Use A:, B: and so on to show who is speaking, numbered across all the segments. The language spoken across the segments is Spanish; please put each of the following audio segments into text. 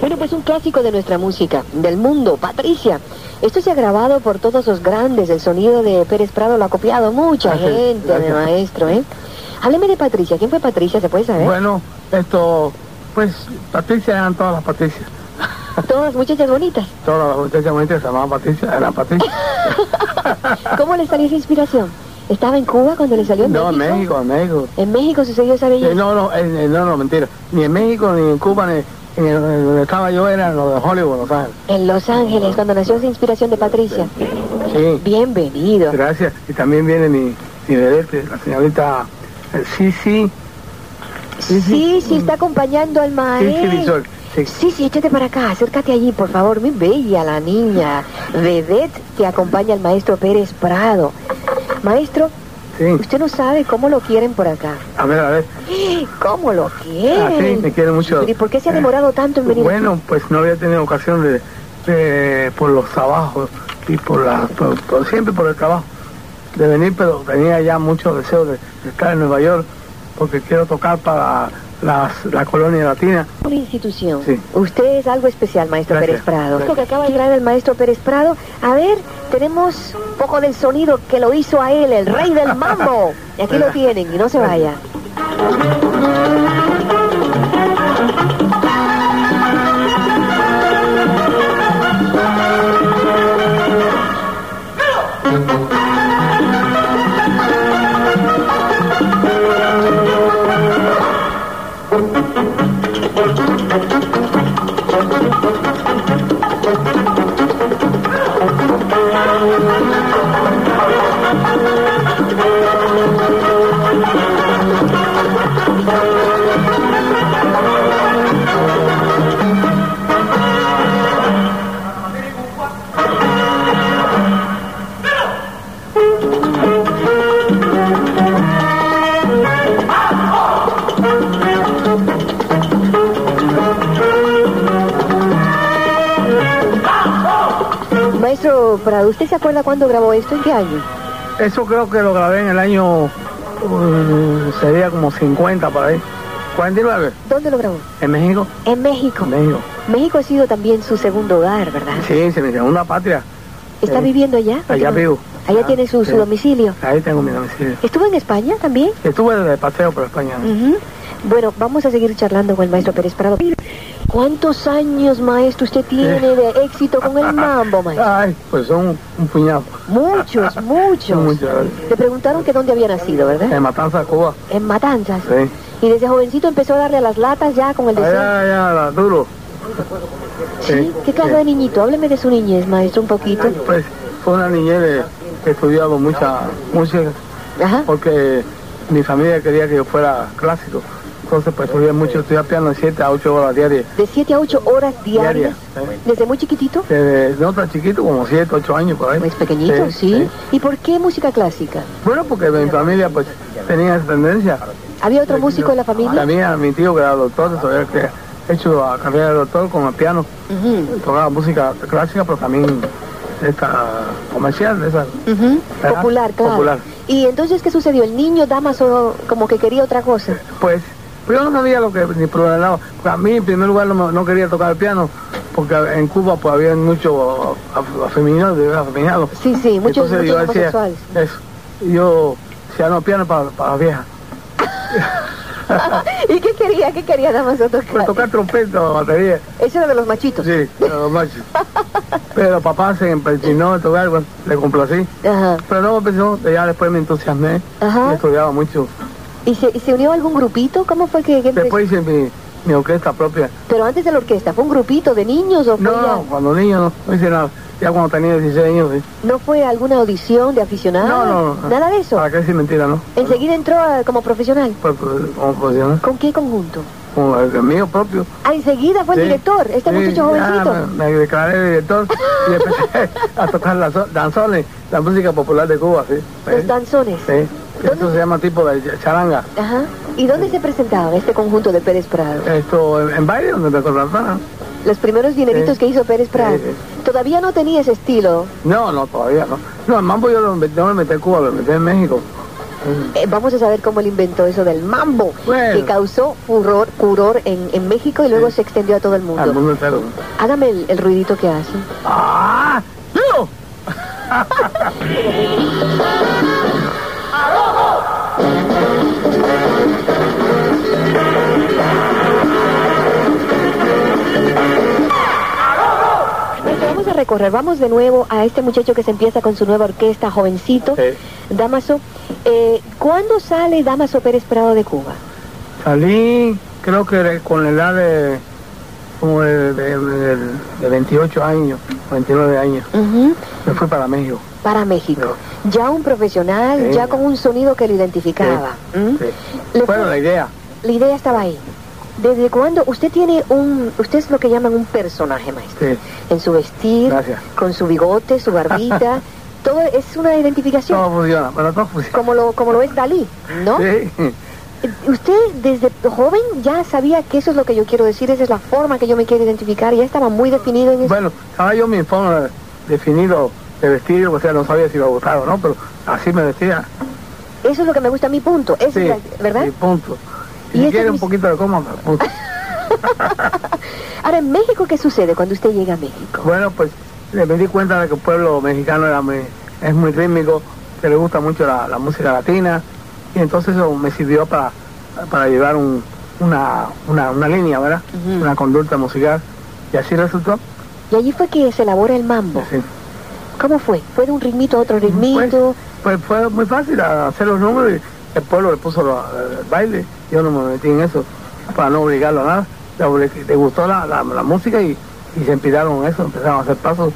A: Bueno, pues un clásico de nuestra música, del mundo, Patricia. Esto se ha grabado por todos los grandes, el sonido de Pérez Prado lo ha copiado mucha
B: Gracias,
A: gente,
B: gracias.
A: mi maestro, ¿eh? Hábleme de Patricia, ¿quién fue Patricia? ¿Se puede saber?
B: Bueno, esto, pues Patricia eran todas las Patricias.
A: Todas muchachas bonitas.
B: Todas las muchachas bonitas se llamaban Patricia, eran Patricia.
A: ¿Cómo le salió esa inspiración? ¿Estaba en Cuba cuando le salió en
B: No, en
A: México?
B: México, en México.
A: En México sucedió esa
B: Eh,
A: belleza.
B: no, no, en- en- no, no, mentira. Ni en México, ni en Cuba, ni en, en- en donde estaba yo, era en lo de Hollywood, Los Ángeles.
A: En Los Ángeles, cuando nació esa inspiración de Patricia.
B: Sí,
A: Bienvenido.
B: gracias. Y también viene mi, mi vedette, la señorita eh, Sisi,
A: Sí, sí, está acompañando al
B: Sisi
A: maestro.
B: Bisol. Sí.
A: Sí, sí, échate para acá, acércate allí, por favor, muy bella la niña. Vedette te acompaña el maestro Pérez Prado. Maestro,
B: sí.
A: usted no sabe cómo lo quieren por acá.
B: A ver, a ver.
A: ¿Cómo lo
B: Ah, sí,
A: quieren?
B: me quiere mucho.
A: ¿Y por qué se ha demorado tanto en venir?
B: Bueno, pues no había tenido ocasión de, de- por los trabajos y por la por- por- siempre por el trabajo de venir, pero tenía ya mucho deseo de, de estar en Nueva York porque quiero tocar para las- la colonia latina.
A: Una institución.
B: Sí.
A: Usted es algo especial, maestro
B: Gracias.
A: Pérez Prado.
B: Gracias.
A: Lo que acaba de llegar el maestro Pérez Prado. A ver, tenemos un poco del sonido que lo hizo a él, el rey del mambo. Y aquí lo tienen, y no se vaya. Maestro Prado, ¿usted se acuerda cuándo grabó esto? ¿En qué año?
B: Eso creo que lo grabé en el año, uh, sería como 50 para ahí, 49,
A: ¿Dónde lo grabó?
B: en México.
A: En México.
B: En México.
A: México ha sido también su segundo hogar, ¿verdad?
B: Sí, se me llamó una patria.
A: ¿Está
B: Sí.
A: viviendo allá?
B: Allá vivo.
A: Allá
B: Ah,
A: tiene su, su
B: sí.
A: domicilio.
B: Ahí tengo mi domicilio.
A: ¿Estuvo en España también?
B: Estuve de paseo por España.
A: Ujú. Bueno, vamos a seguir charlando con el maestro Pérez Prado. ¿Cuántos años, maestro, usted tiene de éxito con el mambo, maestro?
B: Ay, pues son un puñado.
A: Muchos, muchos.
B: Muchas gracias.
A: Le preguntaron que dónde había nacido, ¿verdad?
B: En Matanza, Cuba.
A: En Matanzas.
B: Sí.
A: Y desde jovencito empezó a darle a las latas ya con el deseo.
B: Allá, allá, la- duro.
A: ¿Sí?
B: sí,
A: ¿Qué clase
B: sí.
A: de niñito? Hábleme de su niñez, maestro, un poquito.
B: Pues fue una niñez de- que estudiaba mucha música
A: Ajá.
B: porque mi familia quería que yo fuera clásico. Entonces pues estudié mucho, estudié piano 7 a 8 horas diarias.
A: De 7 a 8 horas diarias.
B: Diarias,
A: Desde muy chiquitito.
B: Desde no tan chiquito, como 7, 8 años por ahí.
A: Pues pequeñito, sí,
B: sí.
A: ¿Y por qué música clásica?
B: Bueno, porque mi familia pues tenía esa tendencia.
A: ¿Había otro músico en la familia?
B: También mi tío que era doctor, todavía que he hecho la carrera de doctor con el piano.
A: Ujú,
B: Tocaba música clásica, pero también esta comercial, esa.
A: ujú.
B: Ajá,
A: Popular, claro.
B: popular.
A: ¿Y entonces qué sucedió? El niño Damaso como que quería otra cosa.
B: Pues yo no sabía lo que ni programaba. A mí en primer lugar no, me- no quería tocar el piano porque en Cuba pues había mucho af- afeminados, afeminados.
A: Sí, sí, muchos, muchos
B: Entonces yo decía
A: homosexuales.
B: eso. Y Yo decía no piano para, para las viejas.
A: ¿Y qué quería? ¿Qué quería Damaso
B: Pues
A: tocar?
B: tocar trompeta o batería,
A: Eso era de los machitos.
B: sí, pero los machos. Pero papá se empecinó de tocar, bueno, le complací.
A: Ajá,
B: Pero no me empezó, ya después me entusiasmé,
A: Ajá.
B: y estudiaba mucho.
A: ¿Y se, y se unió a algún grupito? ¿Cómo fue que, que empezó?
B: Después hice mi, mi orquesta propia.
A: Pero antes de la orquesta, ¿fue un grupito de niños o fue
B: No,
A: ya-
B: no, cuando niño no, no hice nada. ya cuando tenía 16 años. ¿sí?
A: ¿No fue alguna audición de aficionado?
B: No, no, no. Ah.
A: ¿Nada de eso?
B: ¿Para qué decir mentira, no?
A: Enseguida entró eh, como profesional.
B: Pues, pues, ¿Cómo funciona?
A: ¿Con qué conjunto?
B: Como el, el mío propio.
A: Ah, enseguida fue el
B: Sí.
A: director, este
B: Sí, Ah,
A: muchacho
B: ya
A: jovencito.
B: Me, me declaré director y empecé a tocar las so- danzones, la música popular de Cuba, sí.
A: Los
B: Sí,
A: danzones.
B: sí. Esto se llama tipo de ch- charanga.
A: Ajá. ¿Y dónde se presentaba este conjunto de Pérez Prado?
B: Esto en, en baile donde me contrataron.
A: Los primeros dineritos
B: Sí.
A: que hizo Pérez Prado.
B: Sí, sí.
A: Todavía no tenía ese estilo.
B: No, no, todavía no. No, el mambo yo lo metí, no lo metí en Cuba, lo metí en México.
A: Eh, vamos a saber cómo él inventó eso del mambo,
B: Bueno.
A: que causó furor, furor en, en México y luego
B: Sí.
A: se extendió a todo el mundo.
B: Al mundo entero.
A: Hágame el, el ruidito que hace.
B: ¡Ah! ¡Tío!
A: Bueno, vamos a recorrer, vamos de nuevo a este muchacho que se empieza con su nueva orquesta, jovencito,
B: Sí.
A: Damaso. Eh, ¿Cuándo sale Damaso Pérez Prado de Cuba?
B: Salí, creo que de- con la edad de como de, de- de- de 28 años, 29 años,
A: Ujú,
B: me fui para México.
A: Para México. Ya un profesional,
B: Sí.
A: ya con un sonido que lo identificaba. ¿Mm?
B: Sí.
A: Le fue-
B: Bueno, la idea.
A: La idea estaba ahí. ¿Desde cuándo? Usted tiene un, usted es lo que llaman un personaje, maestro.
B: Sí.
A: En su vestir,
B: Gracias.
A: con su bigote, su barbita, todo es una identificación.
B: Todo funciona, pero todo funciona.
A: Como lo, como lo es Dalí, ¿no?
B: Sí.
A: Usted desde joven ya sabía que eso es lo que yo quiero decir, esa es la forma que yo me quiero identificar, ya estaba muy definido en eso.
B: Bueno, estaba yo mi forma de- definido de vestir, o sea, no sabía si me gustaba o no, pero así me vestía.
A: Eso es lo que me gusta a mi punto, esa
B: Sí,
A: es la- ¿verdad?
B: Y punto.
A: ¿Y
B: Y
A: ese
B: si quiere
A: es
B: un
A: mi-
B: poquito de cómodo, punto.
A: Ahora, ¿en México qué sucede cuando usted llega a México?
B: Bueno, pues eh, me di cuenta de que el pueblo mexicano era muy- es muy rítmico, que le gusta mucho la, la música latina, y entonces eso me sirvió para, para llevar un- una, una, una línea, ¿verdad?
A: Ujú.
B: Una conducta musical, y así resultó.
A: Y allí fue que se elabora el mambo.
B: Sí.
A: ¿Cómo fue? ¿Fue de un ritmito a otro
B: Pues,
A: ritmito?
B: pues fue muy fácil a- hacer los números y el pueblo le puso la- el baile, yo no me metí en eso para no obligarlo a nada, le, obli- le gustó la, la- la música y, y se empiraron en eso, empezaron a hacer pasos.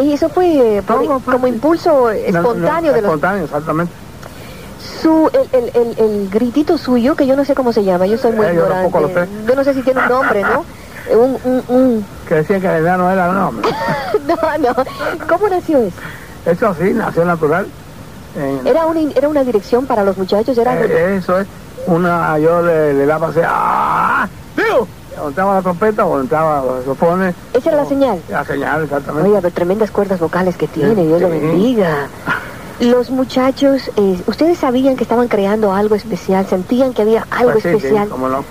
A: Y eso fue eh, por-
B: Todo fue
A: como
B: así.
A: impulso
B: No, no,
A: espontáneo de los...
B: Espontáneo, exactamente.
A: Su, el, el, el, el gritito suyo, que yo no sé cómo se llama, yo soy muy
B: Eh, yo
A: ignorante.
B: tampoco lo sé.
A: Yo no sé si tiene un nombre, ¿no? Eh, Un, un, un...
B: que decían que el enano era no, hombre.
A: No, no. ¿Cómo nació eso?
B: eso así, nació natural. En-
A: Era una, era una dirección para los muchachos, era...
B: eh, eso es, una yo le, le daba así, ¡ah! ¡Tío! O entraba la trompeta o entraba los sofones.
A: Esa era la
B: o-
A: señal.
B: La señal, exactamente.
A: Oiga, pero tremendas cuerdas vocales que tiene, Dios lo
B: Sí.
A: bendiga. Los muchachos, eh, ustedes sabían que estaban creando algo especial, sentían que había algo
B: Pues sí, sí,
A: especial.
B: cómo no.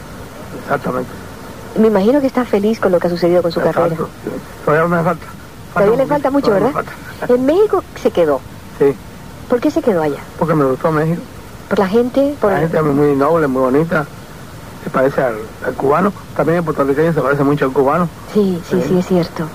B: Exactamente.
A: Me imagino que está feliz con lo que ha sucedido con su carrera.
B: Exacto, sí. Todavía me falta.
A: Todavía le falta mucho,
B: todavía
A: ¿verdad?
B: me falta.
A: En México se quedó.
B: Sí,
A: ¿Por qué se quedó allá?
B: porque me gustó México.
A: ¿Por la gente? ¿Por
B: La gente es muy noble, muy bonita. Se parece al, al cubano. También el puertorriqueño se parece mucho al cubano.
A: Sí, sí, sí, es cierto.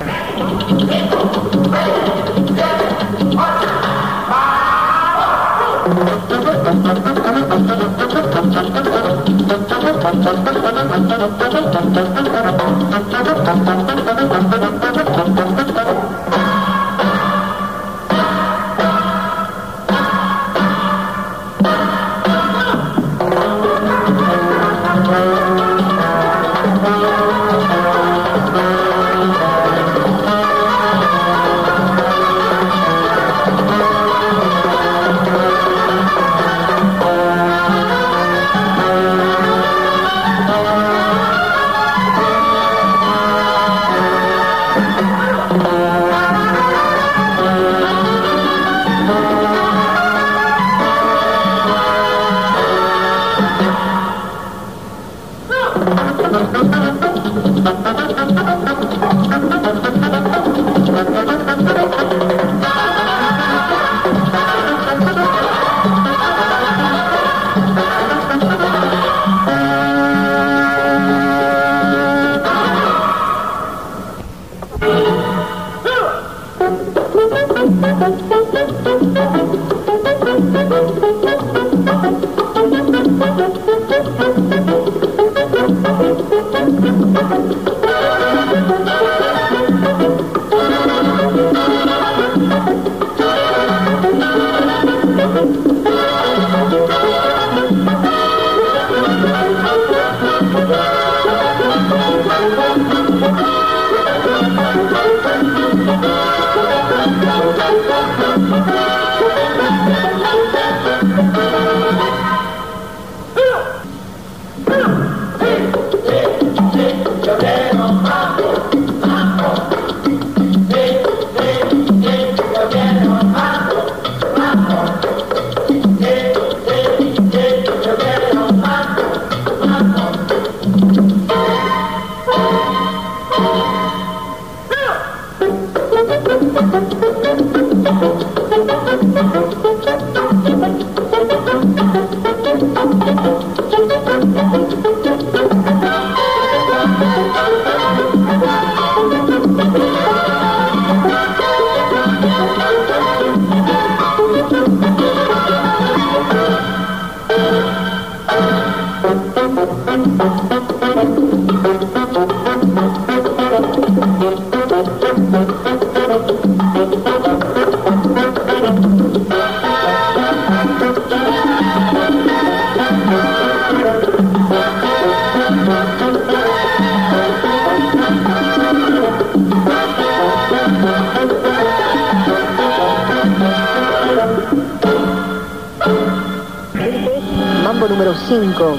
A: Mambo número 5.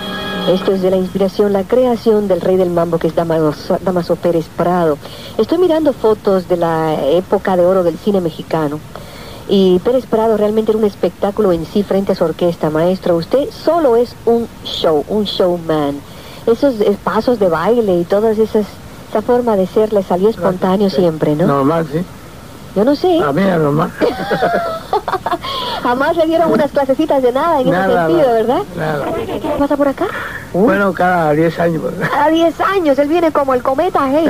A: Esto es de la inspiración, la creación del rey del mambo que es Damaso, Damaso Pérez Prado. Estoy mirando fotos de la época de oro del cine mexicano. Y Pérez Prado realmente era un espectáculo en sí frente a su orquesta, maestro. Usted solo es un show, un showman. Esos eh, pasos de baile y todas esas, esa forma de ser le salió espontáneo siempre, ¿no?
B: Normal, sí.
A: Yo no sé.
B: A mí es normal.
A: Jamás le dieron unas clasecitas de nada en
B: Nada,
A: ese sentido,
B: nada,
A: ¿verdad?
B: nada.
A: ¿Qué pasa por acá? Uy.
B: Bueno, cada 10 años. pues.
A: A 10 años, él viene como el cometa, hey.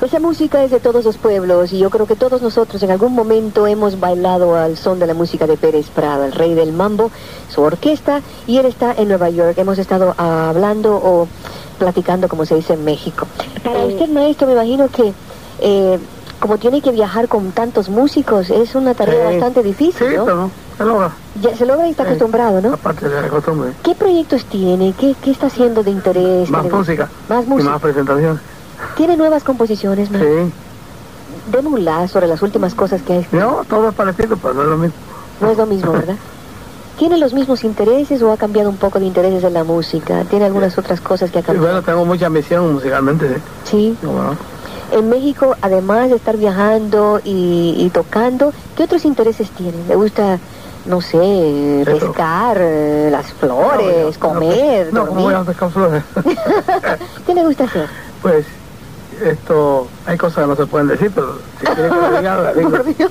A: Esa música es de todos los pueblos y yo creo que todos nosotros en algún momento hemos bailado al son de la música de Pérez Prado, el rey del mambo, su orquesta, y él está en Nueva York. Hemos estado ah, hablando o platicando, como se dice en México. Para usted, maestro, me imagino que eh, como tiene que viajar con tantos músicos, es una tarea
B: Sí.
A: bastante difícil,
B: Sí,
A: ¿no?
B: pero se logra.
A: Ya se logra y está
B: Sí.
A: acostumbrado, ¿no?
B: Aparte de la costumbre.
A: ¿Qué proyectos tiene? ¿Qué, qué está haciendo de interés?
B: Más
A: ¿Qué le-
B: música.
A: Más
B: Y
A: música. Mm.
B: más presentaciones.
A: ¿Tiene nuevas composiciones, ma?
B: Sí.
A: Deme un lazo sobre las últimas cosas que ha escrito.
B: No, todo es parecido, pero no es lo mismo.
A: No es lo mismo, ¿verdad? ¿Tiene los mismos intereses o ha cambiado un poco de intereses en la música? ¿Tiene algunas otras cosas que ha
B: Y
A: cambiado?
B: bueno, tengo mucha ambición musicalmente, sí.
A: Sí.
B: Cómo no.
A: En México, además de estar viajando y, y tocando, ¿qué otros intereses tiene? ¿Le gusta, no sé,
B: Eso.
A: pescar, eh, las flores,
B: No, no,
A: comer,
B: No, como voy a
A: dormir?
B: pescar flores.
A: ¿Qué le gusta hacer?
B: Pues, esto, hay cosas que no se pueden decir, pero si quieren que lo diga, la digo.
A: Por Dios.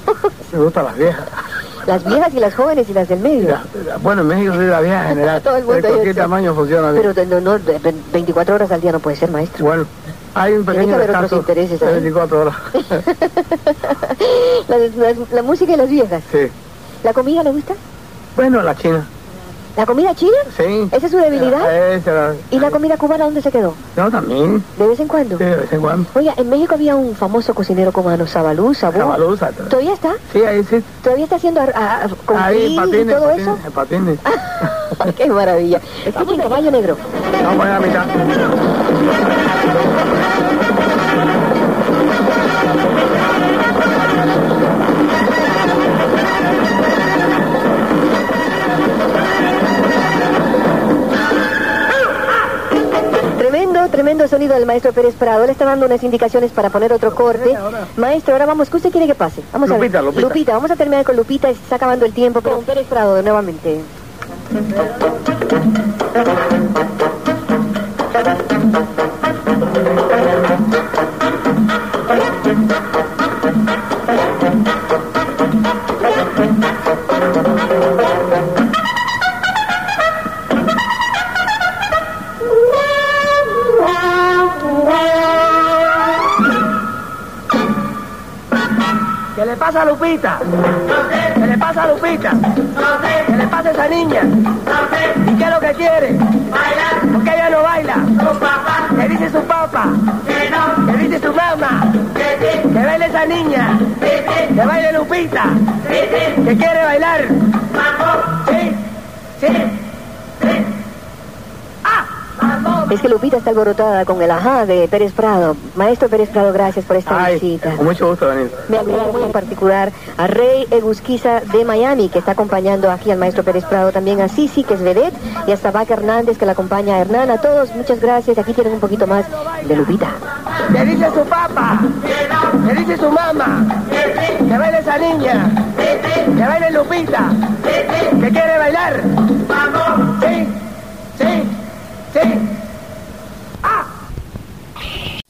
B: Me gustan las viejas. Ah.
A: Las viejas y las jóvenes y las del medio.
B: Mira, mira, bueno, en México soy la vieja en general.
A: Todo el mundo
B: de
A: dice.
B: cualquier tamaño funciona bien.
A: Pero de- no, no, de- ve- 24 horas al día no puede ser maestro.
B: Bueno, hay
A: Tiene
B: un
A: que
B: pequeño
A: haber otros
B: descanso
A: intereses ¿eh?
B: de
A: ahí.
B: 24 horas.
A: La, la- la música y las viejas.
B: Sí.
A: ¿La comida le gusta?
B: Bueno, la China.
A: ¿La comida china?
B: Sí. Eh,
A: ¿Esa es su debilidad?
B: Era- esa era-
A: ¿Y la comida cubana dónde se quedó?
B: No, también.
A: ¿De vez en cuando?
B: Sí, de vez en cuando.
A: Oiga, en México había un famoso cocinero cubano, Sabalú, Sabú.
B: Cabaluza.
A: ¿Todavía está?
B: Sí, ahí sí.
A: ¿Todavía está haciendo ar- a- a- con
B: Ahí,
A: gris
B: patines,
A: y todo
B: patines,
A: eso?
B: patines.
A: ¡Qué maravilla! Escuchen Caballo Negro.
B: Vamos a la mitad.
A: Tremendo, Tremendo sonido del maestro Pérez Prado. Él está dando unas indicaciones para poner otro corte. Maestro, ahora vamos. ¿Qué usted quiere que pase? Vamos a
B: Lupita,
A: ver.
B: Lupita.
A: vamos a terminar con Lupita. Se está acabando el tiempo. Pero Pérez Prado, nuevamente.
C: ¿Qué le pasa a Lupita? ¿Qué le pasa a Lupita? ¿Qué le pasa a esa niña? ¿Y qué es lo que quiere? ¿Por qué ella no baila? ¿Qué dice su papá? ¿Qué dice su mamá? Que baile esa niña. Que baile Lupita. Que quiere bailar. Sí, sí, sí. ¡Ah!
A: Es que Lupita está alborotada con el ajá de Pérez Prado. Maestro Pérez Prado, gracias por esta
B: Ay,
A: visita.
B: con mucho gusto, Daniel.
A: Me agrada muy en particular a Rey Egusquiza de Miami, que está acompañando aquí al maestro Pérez Prado, también a Sisi, que es vedette, y hasta Vaca Hernández, que la acompaña a Hernán. A todos, muchas gracias. Aquí tienen un poquito más de Lupita.
C: ¿Qué dice su papá? ¿Qué dice su mamá? Que baile esa niña. Que baile Lupita. Que quiere bailar. Sí, sí, sí.